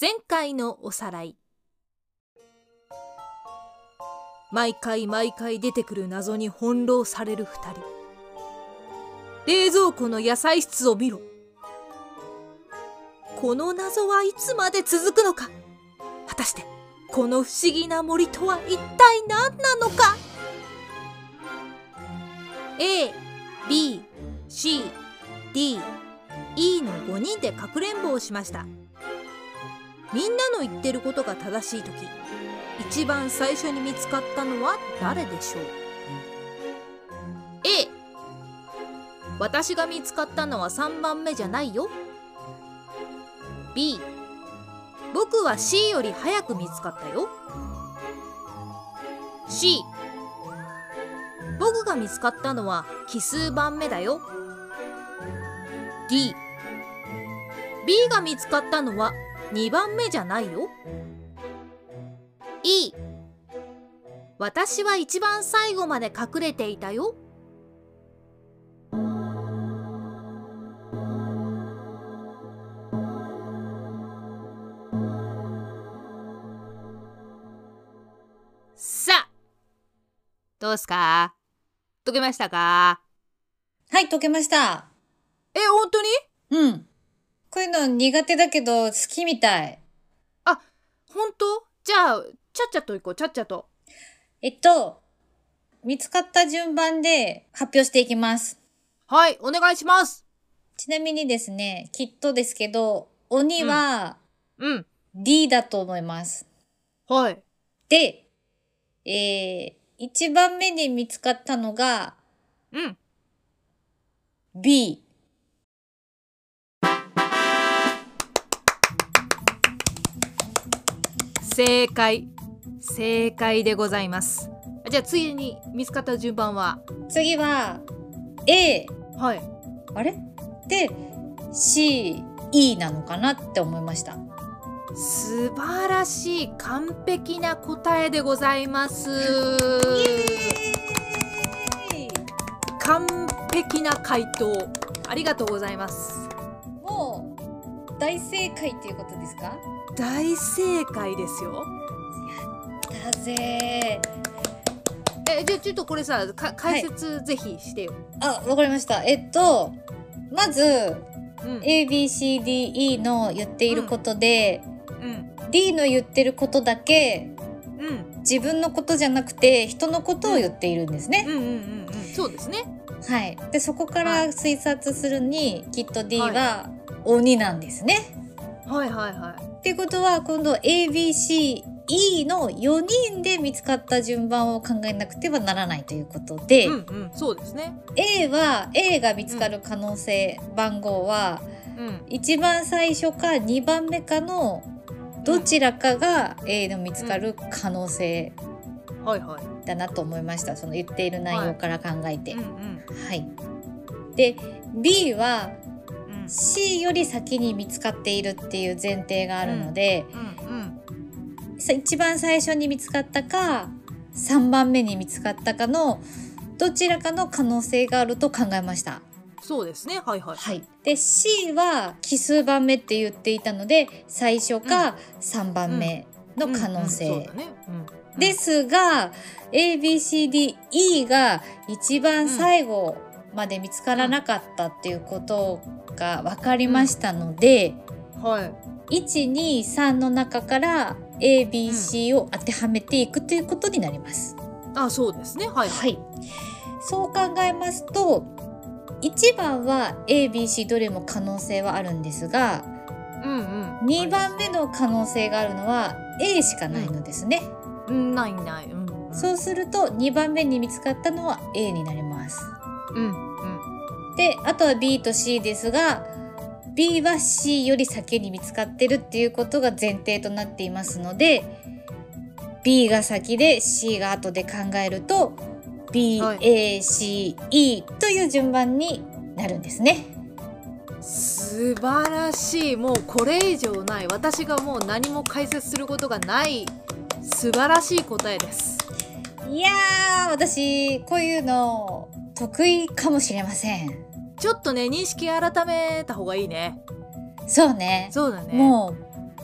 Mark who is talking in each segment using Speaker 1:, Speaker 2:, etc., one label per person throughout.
Speaker 1: 前回のおさらい毎回毎回出てくる謎に翻弄される二人冷蔵庫の野菜室を見ろこの謎はいつまで続くのか果たしてこの不思議な森とは一体何なのか A B C D E の5人でかくれんぼをしましたみんなの言ってることが正しい時一番最初に見つかったのは誰でしょう A 私が見つかったのは3番目じゃないよ B 僕は C より早く見つかったよ C 僕が見つかったのは奇数番目だよ DB が見つかったのは2番目じゃないよ E 私は一番最後まで隠れていたよさあどうすか解けましたか
Speaker 2: はい、解けました。
Speaker 1: え本当に
Speaker 2: うん。こういうの苦手だけど好きみたい。
Speaker 1: 本当じゃあちゃっちゃと行こうちゃっちゃと
Speaker 2: えっと、見つかった順番で発表していきます。
Speaker 1: はいお願いします
Speaker 2: ちなみにですね、きっとですけど、鬼は
Speaker 1: うん
Speaker 2: D だと思います。
Speaker 1: はい
Speaker 2: で、えー、1番目に見つかったのが
Speaker 1: うん
Speaker 2: B。
Speaker 1: 正解正解でございますあじゃあついでに見つかった順番は
Speaker 2: 次は A。
Speaker 1: はい
Speaker 2: あれで、C、E なのかなって思いました。
Speaker 1: 素晴らしい完璧な答えでございます完璧な回答ありがとうございます
Speaker 2: もう大正解っていうことですか
Speaker 1: 大正解ですよ
Speaker 2: だぜ
Speaker 1: えじゃあちょっとこれさか解説ぜひしてよ、
Speaker 2: あわかりましたえっとまず
Speaker 1: うん、
Speaker 2: ABCDE の言っていることで、
Speaker 1: うん、
Speaker 2: D の言ってることだけ
Speaker 1: うん、
Speaker 2: 自分のことじゃなくて人のことを言っているんですね
Speaker 1: う、ん、うん、うん、うん、そうですね。
Speaker 2: はいでそこから推察するにきっと D
Speaker 1: はい
Speaker 2: は鬼なんですね、
Speaker 1: はい、はい、はい。
Speaker 2: ってことは今度 ABCE の4人で見つかった順番を考えなくてはならないということで、
Speaker 1: うん、うん、そうですね。
Speaker 2: A は A が見つかる可能性、番号は
Speaker 1: うん、
Speaker 2: 一番最初か2番目かのどちらかが A の見つかる可能性
Speaker 1: はい、はい。
Speaker 2: だなと思いましたその言っている内容から考えて。
Speaker 1: うん、う
Speaker 2: はい
Speaker 1: ん、
Speaker 2: で B は
Speaker 1: うん、
Speaker 2: C より先に見つかっているっていう前提があるので、
Speaker 1: うん、うん、
Speaker 2: さ一番最初に見つかったか3番目に見つかったかのどちらかの可能性があると考えました。
Speaker 1: そうですね。はい、はい。
Speaker 2: はい、で C は奇数番目って言っていたので最初か3番目の可
Speaker 1: う
Speaker 2: 能
Speaker 1: んうん
Speaker 2: 性
Speaker 1: そうだね。うんうん
Speaker 2: ですが ABCDE が一番最後まで見つからなかったっていうことが分かりましたので
Speaker 1: はい。
Speaker 2: 123の中から ABC を当てはめていくということになります。
Speaker 1: あ、そうですね。はい。
Speaker 2: はい、そう考えますと1番は ABC どれも可能性はあるんですが
Speaker 1: うん、うん。
Speaker 2: 2番目の可能性があるのは A しかないのですね、
Speaker 1: うん。ない、ない。うん。うん
Speaker 2: そうすると2番目に見つかったのは A になります
Speaker 1: うん、うん。
Speaker 2: であとは B と C ですが B は C より先に見つかってるっていうことが前提となっていますので B が先で C が後で考えると BACE、
Speaker 1: はい
Speaker 2: A C E という順番になるんですね。
Speaker 1: 素晴らしいもうこれ以上ない私がもう何も解説することがない素晴らしい答えです
Speaker 2: いやー私こういうの得意かもしれません。
Speaker 1: ちょっとね認識改めた方がいいね
Speaker 2: そうね。
Speaker 1: そうだね
Speaker 2: も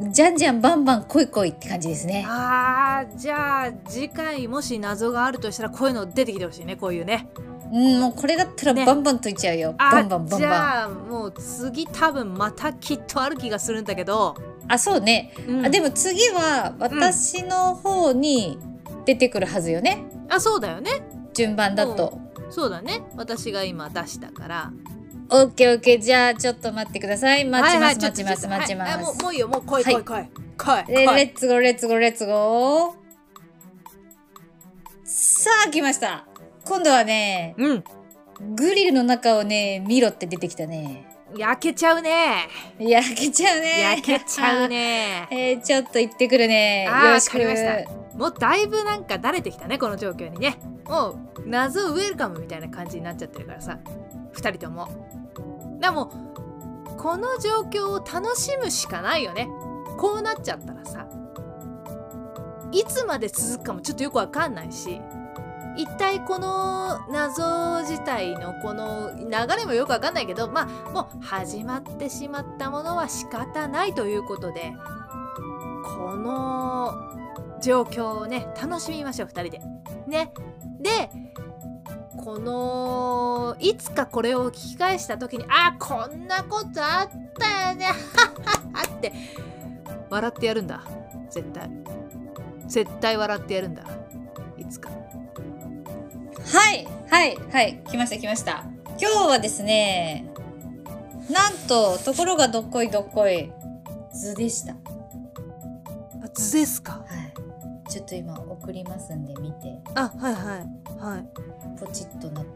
Speaker 2: うじゃんじゃんバンバン来い来いって感じですね。
Speaker 1: あーじゃあ次回もし謎があるとしたらこういうの出てきてほしいねこういうね
Speaker 2: うん、もうこれだった
Speaker 1: ね
Speaker 2: らバンバン解いちゃうよ。
Speaker 1: あ
Speaker 2: バンバンバン
Speaker 1: じ
Speaker 2: バン。
Speaker 1: ゃあもう次多分またきっとある気がするんだけど、
Speaker 2: あ、そうね。
Speaker 1: うん
Speaker 2: あでも次は私の方に出てくるはずよね。
Speaker 1: あそうだよね
Speaker 2: 順番だと。
Speaker 1: そうだね私が今出したから
Speaker 2: オッケーオッケー。じゃあちょっと待ってください。待ち
Speaker 1: は
Speaker 2: ま
Speaker 1: い
Speaker 2: す
Speaker 1: はい
Speaker 2: 待ちます
Speaker 1: ょっと
Speaker 2: 待ち
Speaker 1: ょっとはい
Speaker 2: ま
Speaker 1: あもう
Speaker 2: す。
Speaker 1: もういいよもう来い来
Speaker 2: はい
Speaker 1: い来い来い
Speaker 2: でレ
Speaker 1: 来い
Speaker 2: ッツゴーレッツゴーレッツゴー。さあ来ました。今度はね、
Speaker 1: うん
Speaker 2: グリルの中をね、見ろって出てきたね。
Speaker 1: 焼けちゃうね
Speaker 2: 焼けちゃうね。
Speaker 1: 焼けちゃう。ね
Speaker 2: えー、ちょっと行ってくるね。
Speaker 1: あー
Speaker 2: よろしく。
Speaker 1: わかりましもうだいぶなんか慣れてきたねこの状況にねもう謎ウェルカムみたいな感じになっちゃってるからさ2人ともでもこの状況を楽しむしかないよねこうなっちゃったらさいつまで続くかもちょっとよくわかんないし一体この謎自体のこの流れもよくわかんないけどまあもう始まってしまったものは仕方ないということでこの状況をね楽しみましょう2人で。ね。でこのいつかこれを聞き返した時に「あこんなことあったよねは はは」って笑ってやるんだ絶対絶対笑ってやるんだいつか
Speaker 2: はい、はい、はい、来ました、来ました。今日はですね、なんと、ところがどっこいどっこい、図でした。は
Speaker 1: あ図ですか
Speaker 2: い。ちょっと今送りますんで見て、
Speaker 1: あはいはいはい
Speaker 2: ポチッとなと。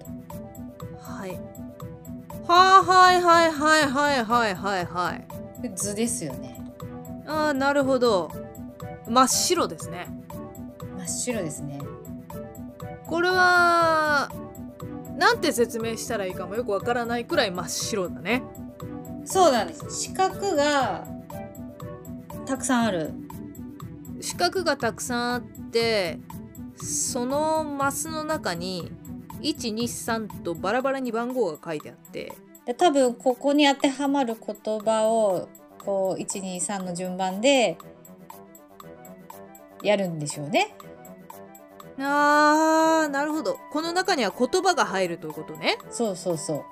Speaker 1: はいははいはいはいはいはいはいはい
Speaker 2: これ図ですよね。
Speaker 1: あーなるほど真っ白ですね
Speaker 2: 真っ白ですね。
Speaker 1: これはなんて説明したらいいかもよくわからないくらい真っ白だね
Speaker 2: そうなんです。四角が、たくさんある。
Speaker 1: 四角がたくさんあってそのマスの中に123とバラバラに番号が書いてあって
Speaker 2: で多分ここに当てはまる言葉をこう123の順番でやるんでしょうね。
Speaker 1: あーなるほどこの中には言葉が入るということね
Speaker 2: そうそうそ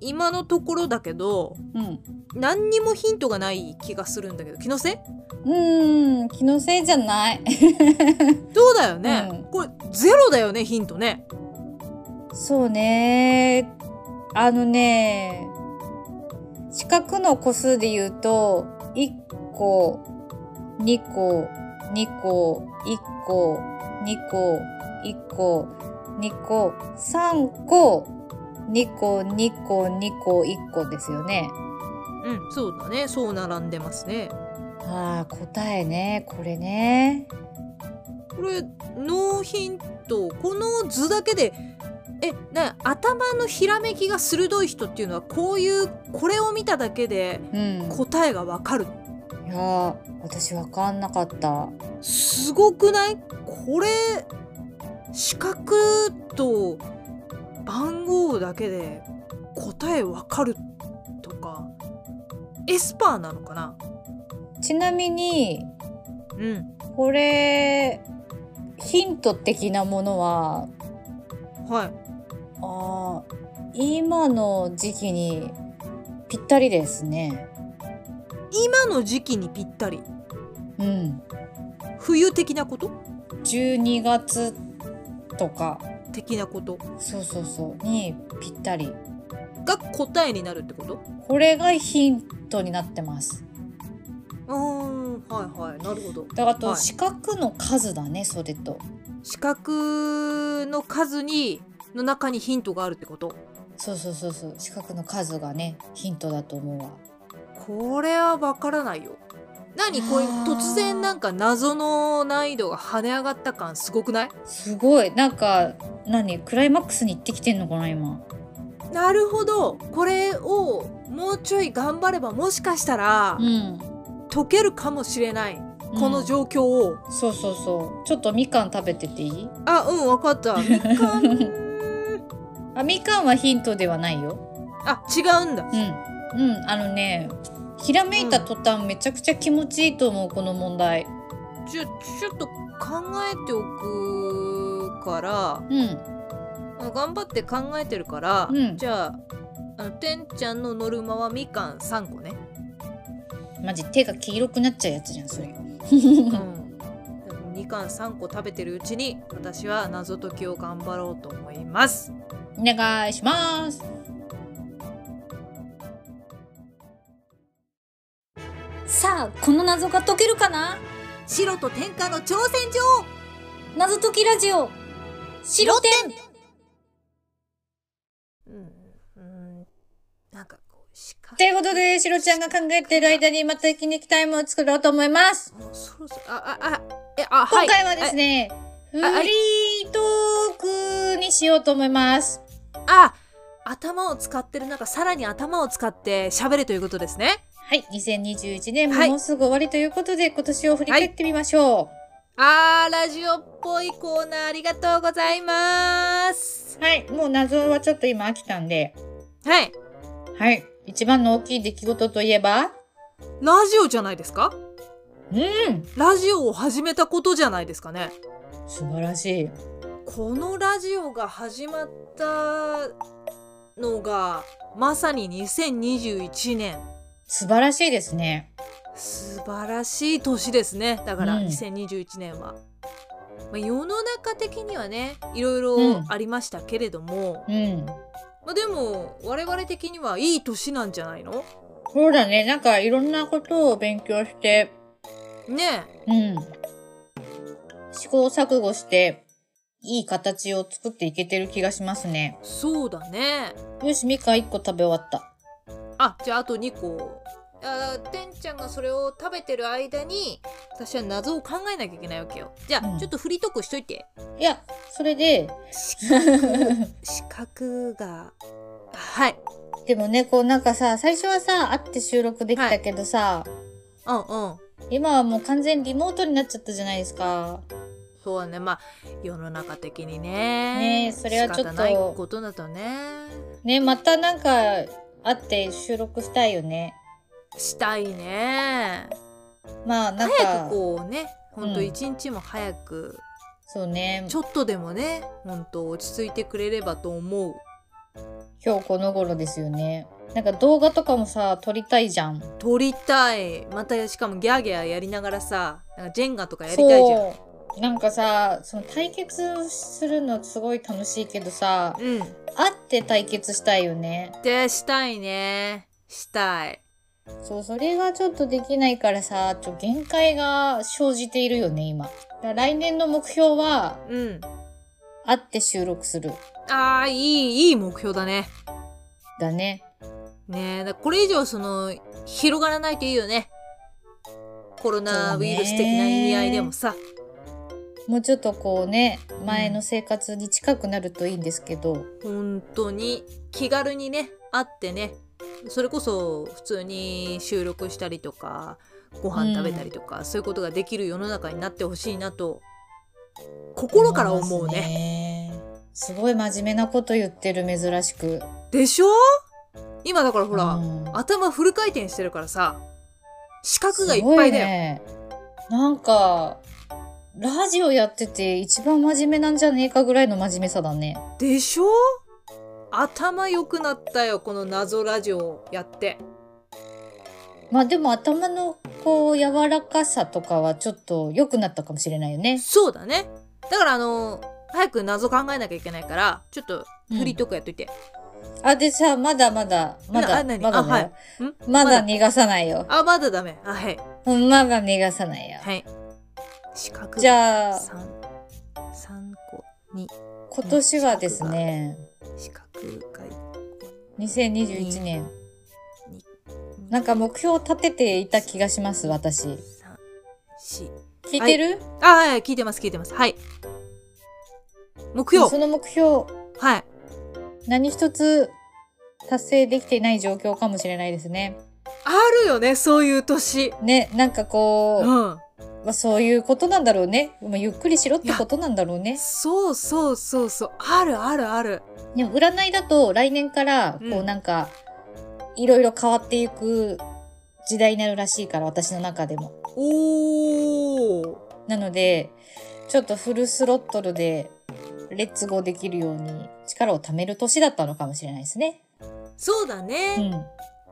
Speaker 1: 今のところだけど
Speaker 2: う。うん。
Speaker 1: 何にもヒントがない気がするんだけど気のせいう
Speaker 2: ーん、気のせいじゃない。
Speaker 1: そうだよね、
Speaker 2: うん
Speaker 1: これゼロだよねヒントね
Speaker 2: そうね。あのね、四角の個数で言うと、1個、2個、2個、1個、2個、1個、2個、3個、2個、2個、2個、1個ですよね。
Speaker 1: うんそうだねそう並んでますね
Speaker 2: ああ、答えね、これね。
Speaker 1: これノーヒントこの図だけでえな頭のひらめきが鋭い人っていうのはこういうこれを見ただけで
Speaker 2: うん。
Speaker 1: 答えがわかる
Speaker 2: いやー、私わかんなかった。
Speaker 1: すごくないこれ四角と番号だけで答えわかるとかエスパーなのかな
Speaker 2: ちなみに、
Speaker 1: うん
Speaker 2: これヒント的なものは
Speaker 1: はい
Speaker 2: あー今の時期にぴったりですね。
Speaker 1: 今の時期にぴったり
Speaker 2: うん、
Speaker 1: 冬的なこと
Speaker 2: 12月とか
Speaker 1: 的なこと
Speaker 2: そうそうそうにぴったり
Speaker 1: が答えになるってこと
Speaker 2: これがヒントになってます。
Speaker 1: うーんはいはいなるほど
Speaker 2: だからあと
Speaker 1: はい
Speaker 2: 四角の数だねそれと
Speaker 1: 四角の数にの中にヒントがあるってこと
Speaker 2: そうそうそうそう四角の数がねヒントだと思うわ。
Speaker 1: これはわからないよ何こういう
Speaker 2: あー
Speaker 1: 突然なんか謎の難易度が跳ね上がった感すごくない
Speaker 2: すごいなんか何クライマックスに行ってきてんのかな今。
Speaker 1: なるほどこれをもうちょい頑張ればもしかしたら
Speaker 2: うん、
Speaker 1: 解けるかもしれないこの
Speaker 2: うん
Speaker 1: 状況を、
Speaker 2: そうそうそう。ちょっとみかん食べてていい
Speaker 1: あうんわか ったみかん
Speaker 2: あ、みかんはヒントではないよ。
Speaker 1: あ違うんだ
Speaker 2: うん。うん、あのね、ひらめいた途端、めちゃくちゃ気持ちいいと思うこの問題
Speaker 1: ちょちょっと考えておくから
Speaker 2: うん
Speaker 1: あ頑張って考えてるから、
Speaker 2: うん
Speaker 1: じゃああのてんちゃんのノルマはみかん3個ね、
Speaker 2: マジ手が黄色くなっちゃうやつじゃんそれ
Speaker 1: うん、でもみかん3個食べてるうちに私は謎解きを頑張ろうと思います
Speaker 2: お願いしますさあこの謎が解けるかな
Speaker 1: 白と天下の挑戦状
Speaker 2: 謎解きラジオ白点
Speaker 1: うん、うん、なんかこうしか
Speaker 2: ということで、しろちゃんが考えてる間にまた筋肉タイムを作ろうと思います。
Speaker 1: もうそろそろあああえあ
Speaker 2: 今
Speaker 1: い
Speaker 2: 回はですね、フリ
Speaker 1: あはい
Speaker 2: ートークにしようと思います。
Speaker 1: あ頭を使ってる中さらに頭を使って喋るということですね
Speaker 2: はい、2021年
Speaker 1: はい
Speaker 2: ももうすぐ終わりということで、今年を振り返ってみましょ
Speaker 1: あーラジオっぽいコーナーありがとうございます
Speaker 2: う。はい、もう謎はちょっと今飽きたんで、
Speaker 1: はい
Speaker 2: はい、一番の大きい出来事といえば、
Speaker 1: ラジオじゃないですか
Speaker 2: うん、
Speaker 1: ラジオを始めたことじゃないですかね
Speaker 2: 素晴らしい。
Speaker 1: このラジオが始まったのがまさに2021年
Speaker 2: 素晴らしいですね。
Speaker 1: 素晴らしい年ですねだから
Speaker 2: うん
Speaker 1: 2021年は、まあ、世の中的にはねいろいうろ
Speaker 2: ん
Speaker 1: ありましたけれども、
Speaker 2: うん。
Speaker 1: まあ、でも我々的にはいい年なんじゃないの
Speaker 2: そうだね、なんかいろんなことを勉強して、
Speaker 1: ねえ
Speaker 2: うん。試行錯誤して、いい形を作っていけてる気がしますね。
Speaker 1: そうだね
Speaker 2: よし、みかん1個食べ終わった。
Speaker 1: あじゃああと2個あーてんちゃんがそれを食べてる間に私は謎を考えなきゃいけないわけよじゃあ、
Speaker 2: うん
Speaker 1: ちょっとフリートークしといて
Speaker 2: いや、それで、
Speaker 1: 資格がはい
Speaker 2: でもね、こうなんかさ、最初はさ、会って収録できたけどさ、
Speaker 1: うんうん
Speaker 2: 今はもう完全リモートになっちゃったじゃないですか。
Speaker 1: そうだねまあ世の中的に
Speaker 2: ね
Speaker 1: ね
Speaker 2: えそれはちょっ
Speaker 1: 仕
Speaker 2: と
Speaker 1: 方ないことだとね
Speaker 2: ね、またなんか、会って収録したいよね。
Speaker 1: したいね
Speaker 2: まあなんか、
Speaker 1: 早くこうねほんと
Speaker 2: うん
Speaker 1: 一日も早く、
Speaker 2: そうね、
Speaker 1: ちょっとでもねほんと落ち着いてくれればと思う
Speaker 2: 今日この頃ですよね。なんか動画とかもさ、撮りたいじゃん。
Speaker 1: 撮りたいまたしかもギャーギャーやりながらさなんかジェンガとかやりたいじゃん
Speaker 2: そうなんかさその対決するのすごい楽しいけどさ
Speaker 1: うん
Speaker 2: 会って対決したいよね
Speaker 1: でしたいねしたい
Speaker 2: そうそれがちょっとできないからさちょ限界が生じているよね今だから来年の目標は
Speaker 1: うん
Speaker 2: 会って収録する
Speaker 1: あーいいいい目標だね
Speaker 2: だね
Speaker 1: ねえだこれ以上その広がらないといいよねコロナウイルス的な意味合いでもさ
Speaker 2: もうちょっとこうね前の生活に近くなるといいんですけど
Speaker 1: 本当に気軽にね会ってねそれこそ普通に収録したりとかご飯食べたりとか、そういうことができる世の中になってほしいなと心から思う
Speaker 2: います
Speaker 1: ね。
Speaker 2: ねすごい真面目なこと言ってる珍しく
Speaker 1: でしょ今だからほら、
Speaker 2: うん
Speaker 1: 頭フル回転してるからさ資格がいっぱいだよ。
Speaker 2: ね。なんか、ラジオやってて一番真面目なんじゃねえかぐらいの真面目さだね。
Speaker 1: でしょ頭良くなったよこの謎ラジオをやって。
Speaker 2: まあでも頭のこう柔らかさとかはちょっと良くなったかもしれないよね。
Speaker 1: そうだねだからあの早く謎考えなきゃいけないからちょっとフリートークやっといて。
Speaker 2: あ、でさ、まだまだ、ま
Speaker 1: あ
Speaker 2: だ、
Speaker 1: 何
Speaker 2: まだだよ、
Speaker 1: あはいんま
Speaker 2: まだ
Speaker 1: だ
Speaker 2: 逃がさないよ。
Speaker 1: あ、まだダメ。あ、はい。
Speaker 2: うんまだ逃がさないよ。
Speaker 1: はい。四角。
Speaker 2: じゃあ、
Speaker 1: 三。三個。
Speaker 2: 今年はですね、
Speaker 1: 四角がい。
Speaker 2: 2021年
Speaker 1: に、
Speaker 2: なんか目標を立てていた気がします、私。
Speaker 1: 三。四。
Speaker 2: 聞いてる、
Speaker 1: あ、はい、聞いてます、聞いてます。はい。目標。
Speaker 2: その目標、
Speaker 1: はい。
Speaker 2: 何一つ達成できていない状況かもしれないですね。
Speaker 1: あるよね、そういう年。
Speaker 2: ね、なんかこう、
Speaker 1: うん。
Speaker 2: まあ、そういうことなんだろうね。まあ、ゆっくりしろってことなんだろうね。
Speaker 1: そうそうそうそう。あるあるある。
Speaker 2: でも占いだと来年からこ
Speaker 1: う
Speaker 2: うんなんか、いろいろ変わっていく時代になるらしいから私の中でも。
Speaker 1: おー
Speaker 2: なのでちょっとフルスロットルでレッツゴーできるように力を貯める年だったのかもしれないですね。
Speaker 1: そうだね、
Speaker 2: うん、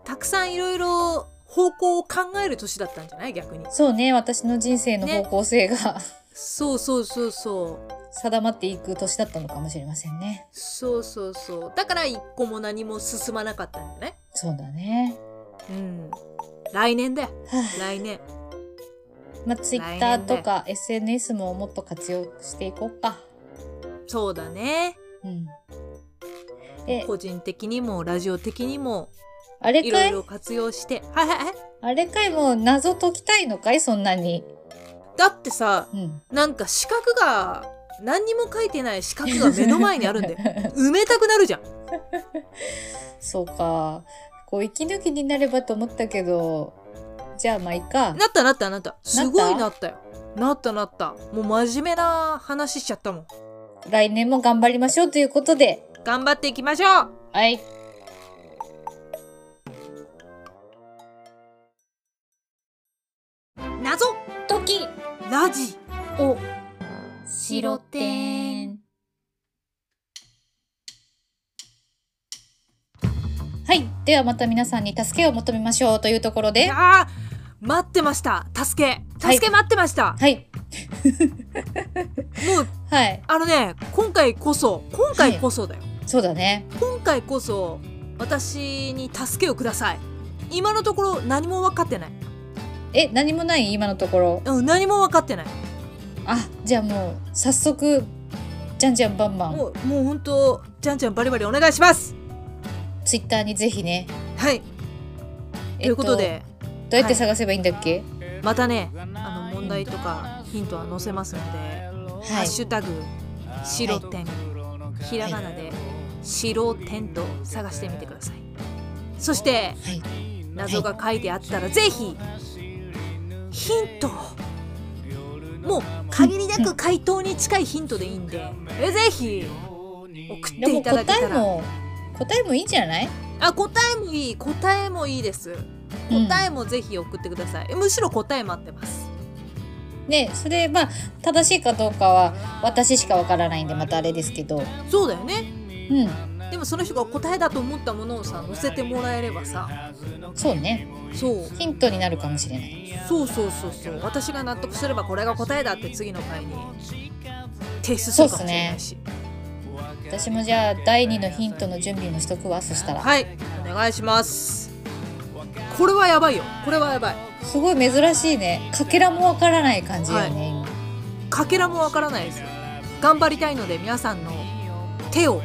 Speaker 1: たくさんいろいろ方向を考える年だったんじゃない逆に
Speaker 2: そうね私の人生の
Speaker 1: ね
Speaker 2: 方向性が
Speaker 1: そうそうそうそう
Speaker 2: 定まっていく年だったのかもしれませんね。
Speaker 1: そうそうそうだから一個も何も進まなかったんだね
Speaker 2: そうだね。
Speaker 1: うん来年だよ
Speaker 2: はあ
Speaker 1: 来年
Speaker 2: まあ、ツイッターとか SNS ももっと活用していこうか。
Speaker 1: そうだね
Speaker 2: うん。え、
Speaker 1: 個人的にもラジオ的にも
Speaker 2: あれ
Speaker 1: いろ
Speaker 2: か
Speaker 1: い
Speaker 2: い
Speaker 1: ろ活用してはいはいはい
Speaker 2: あれかいもう謎解きたいのかいそんなに。
Speaker 1: だってさ
Speaker 2: うん。
Speaker 1: なんか四角が何にも書いてない四角が目の前にあるんだ よ埋めたくなるじゃん
Speaker 2: そうか。こう息抜きになればと思ったけど、じゃあまあいいか。
Speaker 1: なったなったなったすごいなったよなったなったもう真面目な話しちゃったもん
Speaker 2: 来年も頑張りましょうということで。
Speaker 1: 頑張っていきましょう
Speaker 2: はい。
Speaker 1: 謎
Speaker 2: 解き
Speaker 1: ラジ
Speaker 2: を
Speaker 1: 白点。
Speaker 2: はい。ではまた皆さんに助けを求めましょうというところ
Speaker 1: い
Speaker 2: で。
Speaker 1: やー待ってました助け助け待ってました、
Speaker 2: はい。
Speaker 1: もう
Speaker 2: はい。
Speaker 1: あのね今回こそ今回こそだよ、
Speaker 2: そうだね。
Speaker 1: 今回こそ私に助けをください今のところ何も分かってない、
Speaker 2: え、何もない今のところ。
Speaker 1: うん、何も分かってない
Speaker 2: あ、じゃあもう、早速、じゃんじゃんバンバン、
Speaker 1: もうもう本当じゃんじゃんバリバリお願いします
Speaker 2: ツイッターにぜひね。
Speaker 1: はい、ということで
Speaker 2: どうやって探せばいいんだっけ
Speaker 1: またねあの問題とかヒントは載せますので、ハ
Speaker 2: は
Speaker 1: ッ
Speaker 2: い。
Speaker 1: シュタグ白点、ひらがなで白点と探してみてくださいそして
Speaker 2: はい。
Speaker 1: 謎が書いてあったらぜひヒントをもう限りなく回答に近いヒントでいいんでえぜひ送っ
Speaker 2: で
Speaker 1: て
Speaker 2: も
Speaker 1: いただけ
Speaker 2: 答
Speaker 1: た
Speaker 2: え
Speaker 1: ら
Speaker 2: も、答えもいいんじゃない
Speaker 1: あ答えもいい答えもいいです
Speaker 2: うん
Speaker 1: 答えもぜひ送ってください、むしろ答え待ってます
Speaker 2: ね、それ、まあ、正しいかどうかは、私しかわからないんで、またあれですけど。
Speaker 1: そうだよね
Speaker 2: うん。
Speaker 1: でもその人が答えだと思ったものをさ載せてもらえればさ
Speaker 2: そうね。
Speaker 1: そう
Speaker 2: ヒントになるかもしれない。
Speaker 1: そうそうそうそう私が納得すればこれが答えだって次の回に提出す
Speaker 2: そうっ
Speaker 1: るかも
Speaker 2: す
Speaker 1: しれ
Speaker 2: ね
Speaker 1: ないし、
Speaker 2: 私もじゃあ、第二のヒントの準備もしとくわ、そしたら。
Speaker 1: はいお願いしますこれはやばいよこれはやばい
Speaker 2: すごい珍しいね。かけらもわからない感じよね、今
Speaker 1: かけらもわからないですよ頑張りたいので皆さんの手を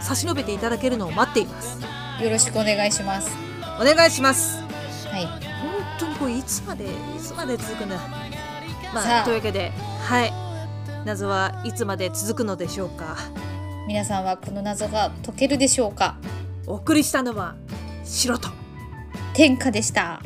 Speaker 1: 差し伸べていただけるのを待っています
Speaker 2: よろしくお願いします。
Speaker 1: お願いします
Speaker 2: はい。
Speaker 1: 本当にこれいつまでいつまで続くんだま
Speaker 2: さ
Speaker 1: あ
Speaker 2: あ
Speaker 1: というわけではい謎はいつまで続くのでしょうか
Speaker 2: 皆さんはこの謎が解けるでしょうか
Speaker 1: お送りしたのは白と
Speaker 2: 天下でした。